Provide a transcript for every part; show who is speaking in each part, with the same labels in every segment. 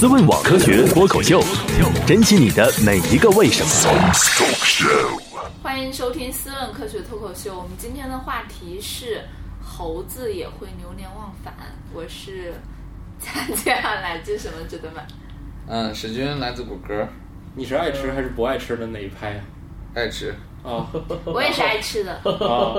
Speaker 1: 思问网科学脱口秀，珍惜你的每一个为什么。
Speaker 2: 欢迎收听《思问科学脱口秀》，我们今天的话题是猴子也会流连忘返。我是 参加来自什么值得买？
Speaker 3: 嗯，史军来自谷歌，
Speaker 4: 你是爱吃
Speaker 2: 嗯
Speaker 4: 还是不爱吃的那一派呀、
Speaker 3: 爱吃。
Speaker 4: 啊？
Speaker 2: 我也是爱吃的，
Speaker 4: 啊，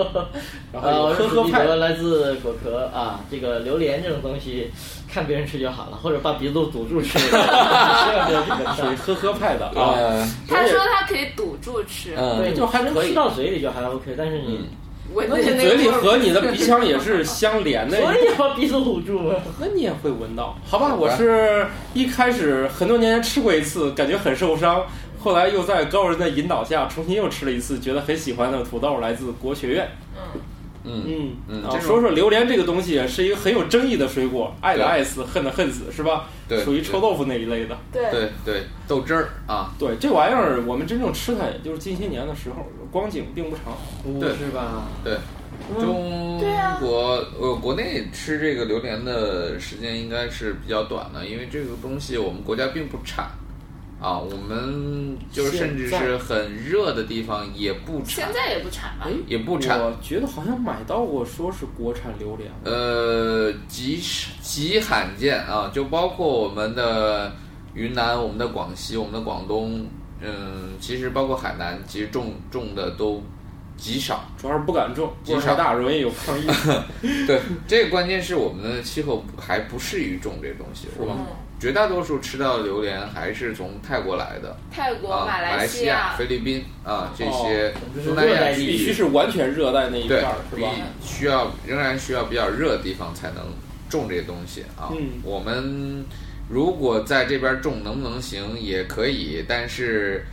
Speaker 4: 然后
Speaker 5: 啊，
Speaker 3: 呃
Speaker 4: 有
Speaker 5: 我
Speaker 4: 呵
Speaker 5: 是
Speaker 4: 呵
Speaker 5: 彼
Speaker 4: 派
Speaker 5: 得，来自果壳啊。这个榴莲这种东西，看别人吃就好了，或者把鼻子堵住吃，千 万不要去跟
Speaker 4: 属于
Speaker 5: 上。
Speaker 4: 呵呵派的啊。
Speaker 3: 呃，
Speaker 2: 他说他可以堵住吃，
Speaker 3: 嗯
Speaker 5: 对，
Speaker 4: 就还
Speaker 5: 能
Speaker 4: 可以
Speaker 5: 吃到嘴里就还 OK，但是你，
Speaker 2: 我
Speaker 4: 那
Speaker 2: 就
Speaker 4: 你
Speaker 2: 是那
Speaker 4: 嘴里
Speaker 2: 种
Speaker 4: 和你的鼻腔也是相连的，
Speaker 5: 所以要把鼻子捂住嘛。
Speaker 4: 那你也会闻到。好吧，我是一开始很多年前吃过一次，感觉很受伤，后来又在高人的引导下重新又吃了一次，觉得很喜欢的土豆来自国学院。
Speaker 3: 嗯，
Speaker 4: 嗯
Speaker 3: 嗯
Speaker 4: 啊
Speaker 3: 这种
Speaker 4: 说说榴莲这个东西是一个很有争议的水果，爱的爱死，恨的恨死，是吧？
Speaker 3: 对
Speaker 4: 属于臭豆腐那一类的。
Speaker 2: 对
Speaker 3: 对对，豆汁儿啊，
Speaker 4: 对这玩意儿，我们真正吃它，也就是近些年的时候，光景并不长。
Speaker 5: 不
Speaker 3: 对
Speaker 5: 是吧？
Speaker 3: 对，中
Speaker 2: 对啊
Speaker 3: 国呃国内吃这个榴莲的时间应该是比较短的，因为这个东西我们国家并不产。啊，我们就是甚至
Speaker 4: 现在
Speaker 3: 是很热的地方也不产
Speaker 2: 现，在也不产
Speaker 4: 哎
Speaker 2: 吧？
Speaker 3: 也不产。
Speaker 4: 我觉得好像买到过，说是国产榴莲。
Speaker 3: 呃，极是极罕见啊，就包括我们的云南、我们的广西、我们的广东，嗯，其实包括海南，其实种种的都极少。
Speaker 4: 主要是不敢种，
Speaker 3: 极
Speaker 4: 劲
Speaker 3: 少
Speaker 4: 儿太大容易有 抗议。
Speaker 3: 对，这个关键是我们的气候还不适宜种这东西，我们
Speaker 2: 嗯
Speaker 3: 绝大多数吃到的榴莲还是从泰国来的，
Speaker 2: 泰国、
Speaker 3: 啊，马
Speaker 2: 来
Speaker 3: 西
Speaker 2: 亚
Speaker 3: 菲律宾啊这
Speaker 4: 哦
Speaker 3: 些
Speaker 5: 这是
Speaker 3: 东南
Speaker 5: 热
Speaker 3: 亚
Speaker 5: 带
Speaker 3: 区
Speaker 5: 地
Speaker 4: 必须
Speaker 3: 域，
Speaker 4: 是完全热带那一片
Speaker 3: 对
Speaker 4: 儿，，是
Speaker 3: 必
Speaker 4: 吧？
Speaker 3: 需要仍然需要比较热的地方才能种这些东西啊。
Speaker 4: 嗯
Speaker 3: 我们如果在这边种，能不能行也可以，但是，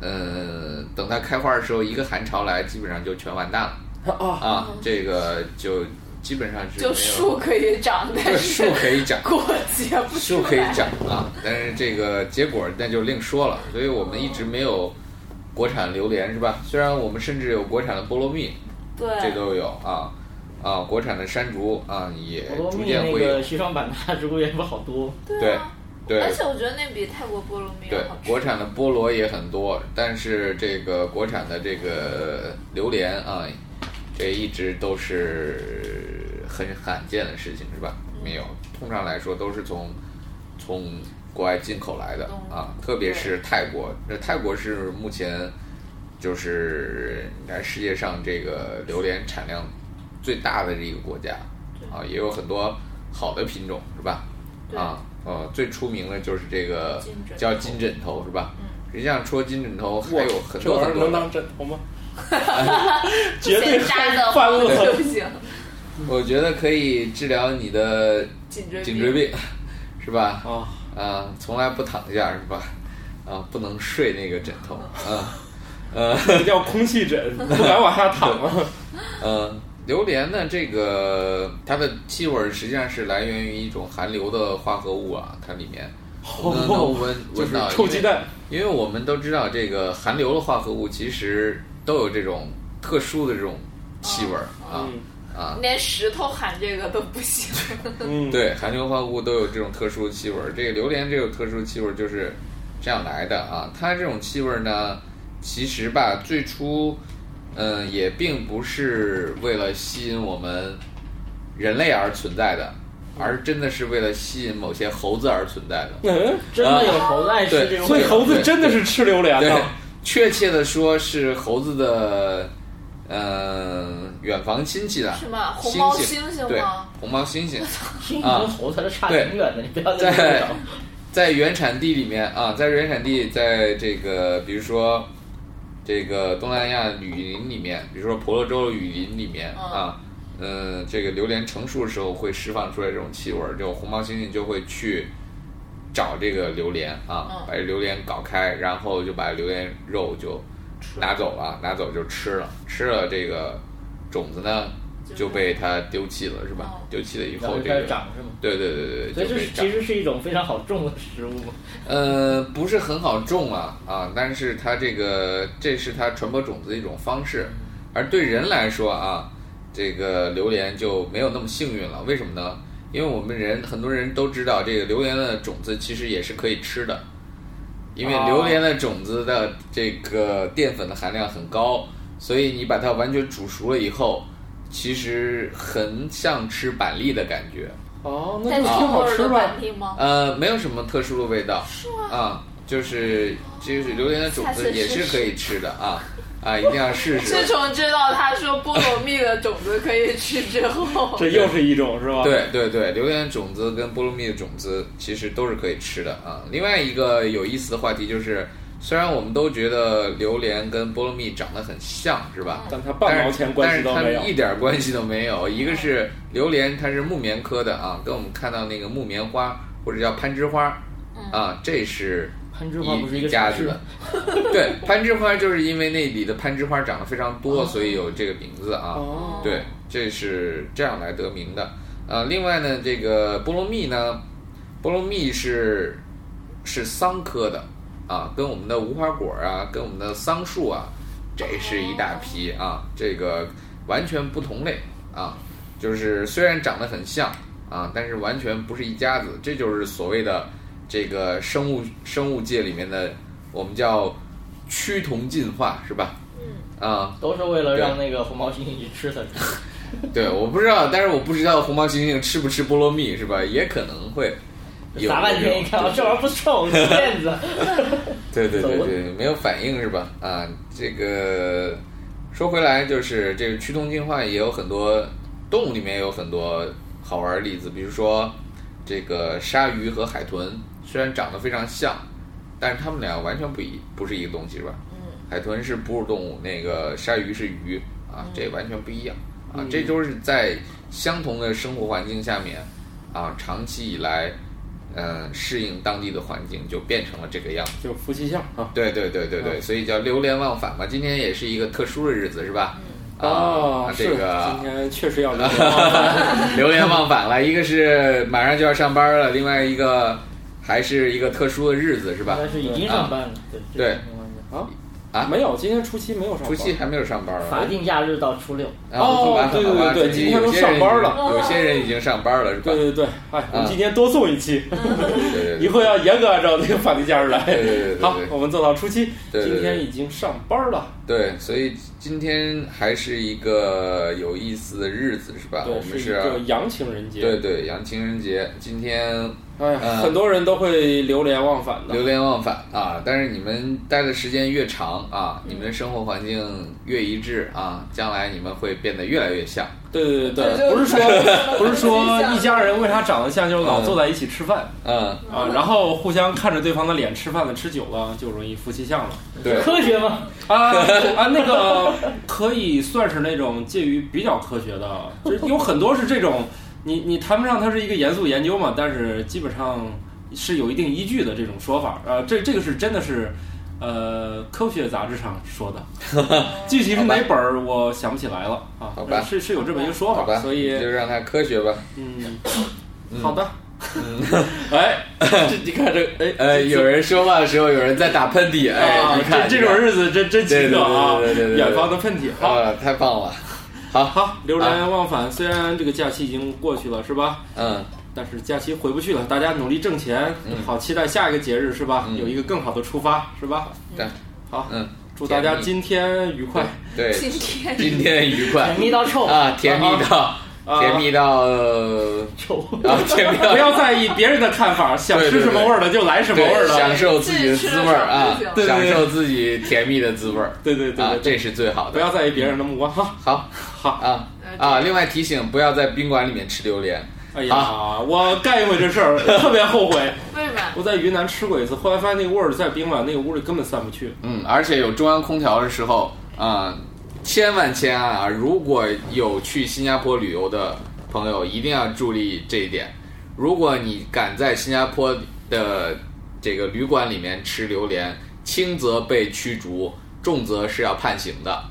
Speaker 3: 呃，等它开花的时候，一个寒潮来，基本上就全完蛋了
Speaker 4: 啊，
Speaker 3: 啊。这个就基本上是没
Speaker 2: 就
Speaker 3: 有
Speaker 2: 树可以长，但
Speaker 3: 对
Speaker 2: 是
Speaker 3: 树可 以 长，
Speaker 2: 果结不出
Speaker 3: 树
Speaker 2: 来
Speaker 3: 可以长啊，但是这个结果那就另说了。所以我们一直没有国产榴莲是吧？虽然我们甚至有国产的菠萝蜜，这
Speaker 2: 对，
Speaker 3: 都有啊啊，国产的山竹啊也
Speaker 5: 菠萝
Speaker 3: 逐
Speaker 5: 蜜
Speaker 3: 渐
Speaker 5: 那
Speaker 3: 会有
Speaker 5: 个，哎西双版纳植物园不好多，
Speaker 3: 对
Speaker 2: 啊
Speaker 3: 对
Speaker 2: 而且我觉得那比泰国菠萝蜜
Speaker 3: 对
Speaker 2: 要好，吃
Speaker 3: 国。产的菠萝也很多，但是这个国产的这个榴莲啊，这一直都是很罕见的事情是吧？没有，通常来说都是从从国外进口来的
Speaker 2: 嗯
Speaker 3: 啊，特别是泰国，这泰国是目前就是应该世界上这个榴莲产量最大的一个国家啊，也有很多好的品种是吧？
Speaker 2: 对
Speaker 3: 啊，呃，最出名的就是这个
Speaker 2: 金枕头嗯
Speaker 3: 叫金枕头是吧？实际上除了金枕头，还
Speaker 4: 我
Speaker 3: 有很
Speaker 4: 这
Speaker 3: 多
Speaker 4: 玩意
Speaker 3: 很
Speaker 4: 儿
Speaker 3: 多
Speaker 4: 能
Speaker 3: 的。
Speaker 4: 当枕头吗？绝对
Speaker 2: 不嫌扎的
Speaker 4: 犯恶
Speaker 2: 话就行，
Speaker 3: 我觉得可以治疗你的
Speaker 2: 颈椎
Speaker 3: 颈椎病， 是吧？
Speaker 4: 啊，
Speaker 3: 啊，从来不躺下是吧？啊，不能睡那个枕头啊，呃。
Speaker 4: 这叫空 气枕，不敢往下躺啊。
Speaker 3: 呃，榴莲呢，这个它的气味儿实际上是来源于一种含硫的化合物啊，它里面我们能闻
Speaker 4: 哦就是
Speaker 3: 闻到
Speaker 4: 臭鸡 蛋，
Speaker 3: 因为因为我们都知道这个含硫的化合物其实都有这种特殊的这种气味儿啊
Speaker 4: 嗯
Speaker 3: 啊，
Speaker 2: 连石头喊这个都不行。
Speaker 4: 嗯，
Speaker 3: 对，含硫化合物都有这种特殊的气味儿。这个榴莲这种特殊的气味儿就是这样来的啊。它这种气味儿呢，其实吧，最初，嗯、也并不是为了吸引我们人类而存在的，而真的是为了吸引某些猴子而存在的。
Speaker 4: 嗯，
Speaker 5: 真的有猴子爱吃
Speaker 3: 对啊
Speaker 5: 这种。
Speaker 4: 所以猴子真的是吃榴莲啊
Speaker 3: 对
Speaker 4: 的。，
Speaker 3: 确切的说是猴子的，嗯，远房亲戚的
Speaker 2: 是吗红
Speaker 3: 猩
Speaker 2: 毛
Speaker 3: 猩
Speaker 2: 猩猩
Speaker 3: 对
Speaker 2: 吗，
Speaker 3: 红毛猩猩。
Speaker 5: 心疼猴子差挺远的，你不要再这
Speaker 3: 在
Speaker 5: 样搞。
Speaker 3: 在原产地里面啊，在原产地，在这个比如说这个东南亚雨林里面，比如说婆罗洲雨林里面
Speaker 2: 嗯
Speaker 3: 啊，嗯，这个榴莲成熟的时候会释放出来这种气味儿，就红毛猩猩就会去找这个榴莲啊
Speaker 2: 嗯，
Speaker 3: 把这榴莲搞开，然后就把榴莲肉就拿走了，拿走就吃了，吃了这个种子呢就被它丢弃了，是吧
Speaker 2: 哦？
Speaker 3: 丢弃了以
Speaker 5: 然
Speaker 3: 后
Speaker 5: 后就
Speaker 3: 这
Speaker 5: 开
Speaker 3: 个
Speaker 5: 始。长是吗？
Speaker 3: 对对对对对，
Speaker 5: 所以
Speaker 3: 就
Speaker 5: 这
Speaker 3: 被
Speaker 5: 是
Speaker 3: 长
Speaker 5: 其实是一种非常好种的食物。
Speaker 3: 呃，不是很好种啊啊，但是它这个这是它传播种子的一种方式，而对人来说啊，这个榴莲就没有那么幸运了。为什么呢？因为我们人很多人都知道，这个榴莲的种子其实也是可以吃的，因为
Speaker 4: 哦
Speaker 3: 榴莲的种子的这个淀粉的含量很高，所以你把它完全煮熟了以后，其实很像吃板栗的感觉。
Speaker 4: 哦，那
Speaker 2: 但
Speaker 4: 就是挺好吃
Speaker 2: 的
Speaker 4: 吧
Speaker 2: 板？栗 吗？
Speaker 3: 呃，没有什么特殊的味道。是吗？啊，就是就是榴莲的种
Speaker 2: 下
Speaker 3: 子
Speaker 2: 次
Speaker 3: 也是
Speaker 2: 试试
Speaker 3: 可以吃的啊 啊，一定要试试。
Speaker 2: 自从知道他说 菠萝蜜的种子可以吃之后，
Speaker 4: 这又是一种是吧？，
Speaker 3: 对对对，榴莲种子跟菠萝蜜的种子其实都是可以吃的啊。另外一个有意思的话题就是，虽然我们都觉得榴莲跟菠萝蜜长得很像，是吧？
Speaker 2: 嗯
Speaker 4: 但它
Speaker 3: 但
Speaker 4: 半
Speaker 3: 是
Speaker 4: 毛钱关系都
Speaker 3: 但
Speaker 4: 没
Speaker 3: 是它
Speaker 4: 有
Speaker 3: 们。一点儿关系都没有。一个是榴莲，它是木棉科的啊，跟我们看到那个木棉花或者叫攀枝花
Speaker 2: 嗯
Speaker 3: 啊，这是
Speaker 5: 攀枝花不是一个
Speaker 3: 家
Speaker 5: 城
Speaker 3: 子
Speaker 5: 市吗
Speaker 3: 的。 对，攀枝花就是因为那里的攀枝花长得非常
Speaker 5: 啊
Speaker 3: 多，所以有这个名字啊。
Speaker 4: 哦，
Speaker 3: 对，这是这样来得名的。呃，另外呢，这个菠萝蜜呢，菠萝蜜是是桑科的啊，跟我们的无花果啊，跟我们的桑树啊，这是一大批啊，这个完全不同类啊，就是虽然长得很像啊，但是完全不是一家子，这就是所谓的这个生物生物界里面的我们叫趋同进化是吧？嗯啊，
Speaker 5: 都是为了让那个红毛猩猩去吃它。
Speaker 3: 对，我不知道，但是我不知道红毛猩猩吃不吃菠萝蜜是吧？也可能会有
Speaker 5: 砸半天一看，这玩意儿不臭， 是骗子。
Speaker 3: 对对对对，没有反应是吧？啊，这个说回来就是这个趋同进化也有很多动物里面有很多好玩的例子，比如说这个鲨鱼和海豚，虽然长得非常像，但是它们俩完全不一不是一个东西是吧？嗯，海豚是哺乳动物，那个鲨鱼是鱼啊，这完全不一样啊，这都是在相同的生活环境下面啊，长期以来。嗯，适应当地的环境就变成了这个样子。
Speaker 4: 就是夫妻相啊。
Speaker 3: 对对对对对，所以叫流连忘返嘛。今天也是一个特殊的日子，是吧？啊
Speaker 4: 哦，，
Speaker 3: 这
Speaker 4: 是，今
Speaker 3: 个
Speaker 4: 天确实要 聊聊。
Speaker 3: 流连忘返了。一个是马上就要上班了，另外一个还是一个特殊的日子，是吧？
Speaker 5: 但是已经上班了，
Speaker 3: 对
Speaker 5: 对这个上班了
Speaker 4: 啊
Speaker 3: 啊
Speaker 4: 没有，今天初七没有上班。
Speaker 3: 除夕还没有上班
Speaker 5: 法
Speaker 3: 啊？
Speaker 5: 定假日到初六，
Speaker 3: 啊好吧
Speaker 4: 对对对
Speaker 3: 好吧
Speaker 4: 哦对
Speaker 3: 除夕
Speaker 4: 今天都
Speaker 3: 有些人
Speaker 4: 上班了哦
Speaker 3: 有些人已经上班了，是吧
Speaker 4: 对？对对，哎，我们今天多送一期，
Speaker 3: 对对
Speaker 4: 以
Speaker 3: 对
Speaker 4: 后要严格按照这个法定假日来。
Speaker 3: 对对对对
Speaker 4: 好，我们做到初七，
Speaker 3: 对对对
Speaker 4: 今天已经上班了。
Speaker 3: 对，所以今天还是一个有意思的日子，是吧？啊我们
Speaker 4: 对，一个洋情人节。
Speaker 3: 对对洋情人节，今天
Speaker 4: 哎
Speaker 3: 嗯
Speaker 4: 呀，很多人都会流连忘返的。
Speaker 3: 流连忘返啊！但是你们待的时间越长啊，你们的生活环境越一致啊，将来你们会变得越来越像。
Speaker 4: 对对对
Speaker 2: 就
Speaker 4: 对，不是说不是说 一家人为啥长得像，就是老
Speaker 3: 嗯
Speaker 4: 坐在一起吃饭
Speaker 3: 嗯，
Speaker 4: 啊，然后互相看着对方的脸吃饭的，吃久了就容易夫妻相了。
Speaker 3: 对
Speaker 5: 科学吗？
Speaker 4: 啊啊，那个可以算是那种介于比较科学的，就是有很多是这种，你你谈不上它是一个严肃研究嘛，但是基本上是有一定依据的这种说法。呃，这这个是真的是，呃，科学杂志上说的， 具体是哪本儿我想不起来了啊
Speaker 3: 好吧，
Speaker 4: 是是有这么一个说
Speaker 3: 好
Speaker 4: 法，
Speaker 3: 吧，
Speaker 4: 所
Speaker 3: 就
Speaker 4: 以
Speaker 3: 让它科学吧。
Speaker 4: 嗯，好的，哎，这你看这哎
Speaker 3: 呃，有人说话的时候，有人在打喷嚏，哎，
Speaker 4: 啊
Speaker 3: 你看
Speaker 4: 这这种日子真真奇特啊，
Speaker 3: 对对对对对对对
Speaker 4: 远方的喷嚏，好。
Speaker 3: 啊，太棒了。好，
Speaker 4: 好，流连忘返。虽然这个假期已经过去了，是吧？
Speaker 3: 嗯，
Speaker 4: 但是假期回不去了，大家努力挣钱，
Speaker 3: 嗯
Speaker 4: 好期待下一个节日，是吧？
Speaker 3: 嗯
Speaker 4: 有一个更好的出发，是吧？
Speaker 3: 对，
Speaker 4: 好，
Speaker 3: 嗯，
Speaker 4: 祝大家
Speaker 3: 甜蜜
Speaker 4: 今天愉快。
Speaker 3: 对，
Speaker 2: 今天
Speaker 3: 今天愉快
Speaker 5: 甜蜜到臭，
Speaker 3: 啊，甜蜜到
Speaker 4: 啊
Speaker 3: 甜蜜到呃
Speaker 5: 臭。
Speaker 3: 啊，甜蜜
Speaker 4: 不
Speaker 3: 到
Speaker 4: 要在意别人的看法，想
Speaker 3: 对
Speaker 4: 吃
Speaker 3: 对
Speaker 4: 什么味儿的就来什么味儿
Speaker 3: 对，
Speaker 4: 的。
Speaker 3: 享受自己的滋味儿啊
Speaker 2: 对，
Speaker 4: 对对
Speaker 3: 享受自己甜蜜的滋味儿。
Speaker 4: 对对
Speaker 3: 啊
Speaker 4: 对，对，
Speaker 3: 这是最好
Speaker 4: 不
Speaker 3: 的。
Speaker 4: 要在意别人的目光哈。
Speaker 3: 好，
Speaker 4: 好
Speaker 3: 啊
Speaker 2: 呃
Speaker 3: 啊！另外提醒，不要在宾馆里面吃榴莲。
Speaker 4: 哎呀，我干一回这事儿，特别后悔。
Speaker 2: 为什么？
Speaker 4: 我在云南吃过一次，后来发现那个味儿在宾馆那个屋里根本散不去。
Speaker 3: 嗯，而且有中央空调的时候，啊、千万千万啊！如果有去新加坡旅游的朋友，一定要注意这一点。如果你敢在新加坡的这个旅馆里面吃榴莲，轻则被驱逐，重则是要判刑 的。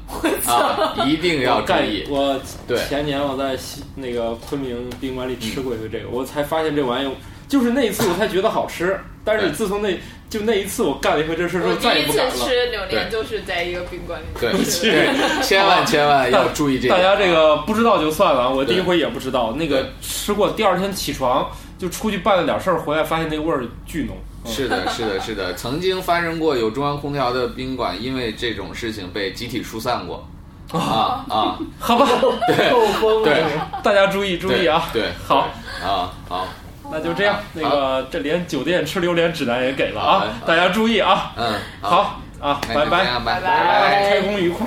Speaker 3: 啊，一定要
Speaker 4: 我
Speaker 3: 注
Speaker 4: 干
Speaker 3: 意。
Speaker 4: 我
Speaker 3: 对嗯
Speaker 4: 前年我在西那个昆明宾馆里吃过一回这个，我才发现这玩意儿，就是那一次我才觉得好吃。但是
Speaker 3: 对
Speaker 4: 自从那就那一次我干了一回这事儿之后，
Speaker 2: 我
Speaker 4: 再
Speaker 2: 第
Speaker 4: 也
Speaker 2: 一
Speaker 4: 不敢
Speaker 2: 次
Speaker 4: 了。
Speaker 2: 吃榴莲就是在一个宾馆里
Speaker 3: 对
Speaker 2: 面吃的，
Speaker 3: 千万千万要注意这个。啊
Speaker 4: 大家这个不知道就算了，我第一回也不知道。
Speaker 3: 对
Speaker 4: 那个吃过，第二天起床就出去办了点事儿，回来发现那个味儿巨浓。嗯
Speaker 3: 是的，是的，是的，曾经发生过有中央空调的宾馆因为这种事情被集体疏散过。啊啊，
Speaker 4: 好 吧，
Speaker 5: 够 疯
Speaker 3: 对
Speaker 5: 了。
Speaker 4: 大家注意注意哦啊！
Speaker 3: 对，对
Speaker 4: 好，
Speaker 3: 啊好，
Speaker 4: 那就这样。那个这连酒店吃榴莲指南也给了
Speaker 3: 好
Speaker 4: 啊
Speaker 3: 哎，
Speaker 4: 大家注意啊！
Speaker 3: 嗯，
Speaker 4: 好啊，
Speaker 3: 那就
Speaker 4: 拜
Speaker 3: 这
Speaker 4: 拜，
Speaker 3: 样吧，
Speaker 2: 拜
Speaker 3: 拜
Speaker 2: 拜
Speaker 4: 开工愉快。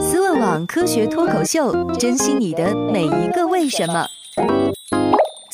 Speaker 6: 思问网科学脱口秀，珍惜你的每一个为什么。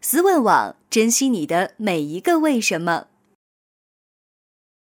Speaker 6: 思问网，珍惜你的每一个为什么。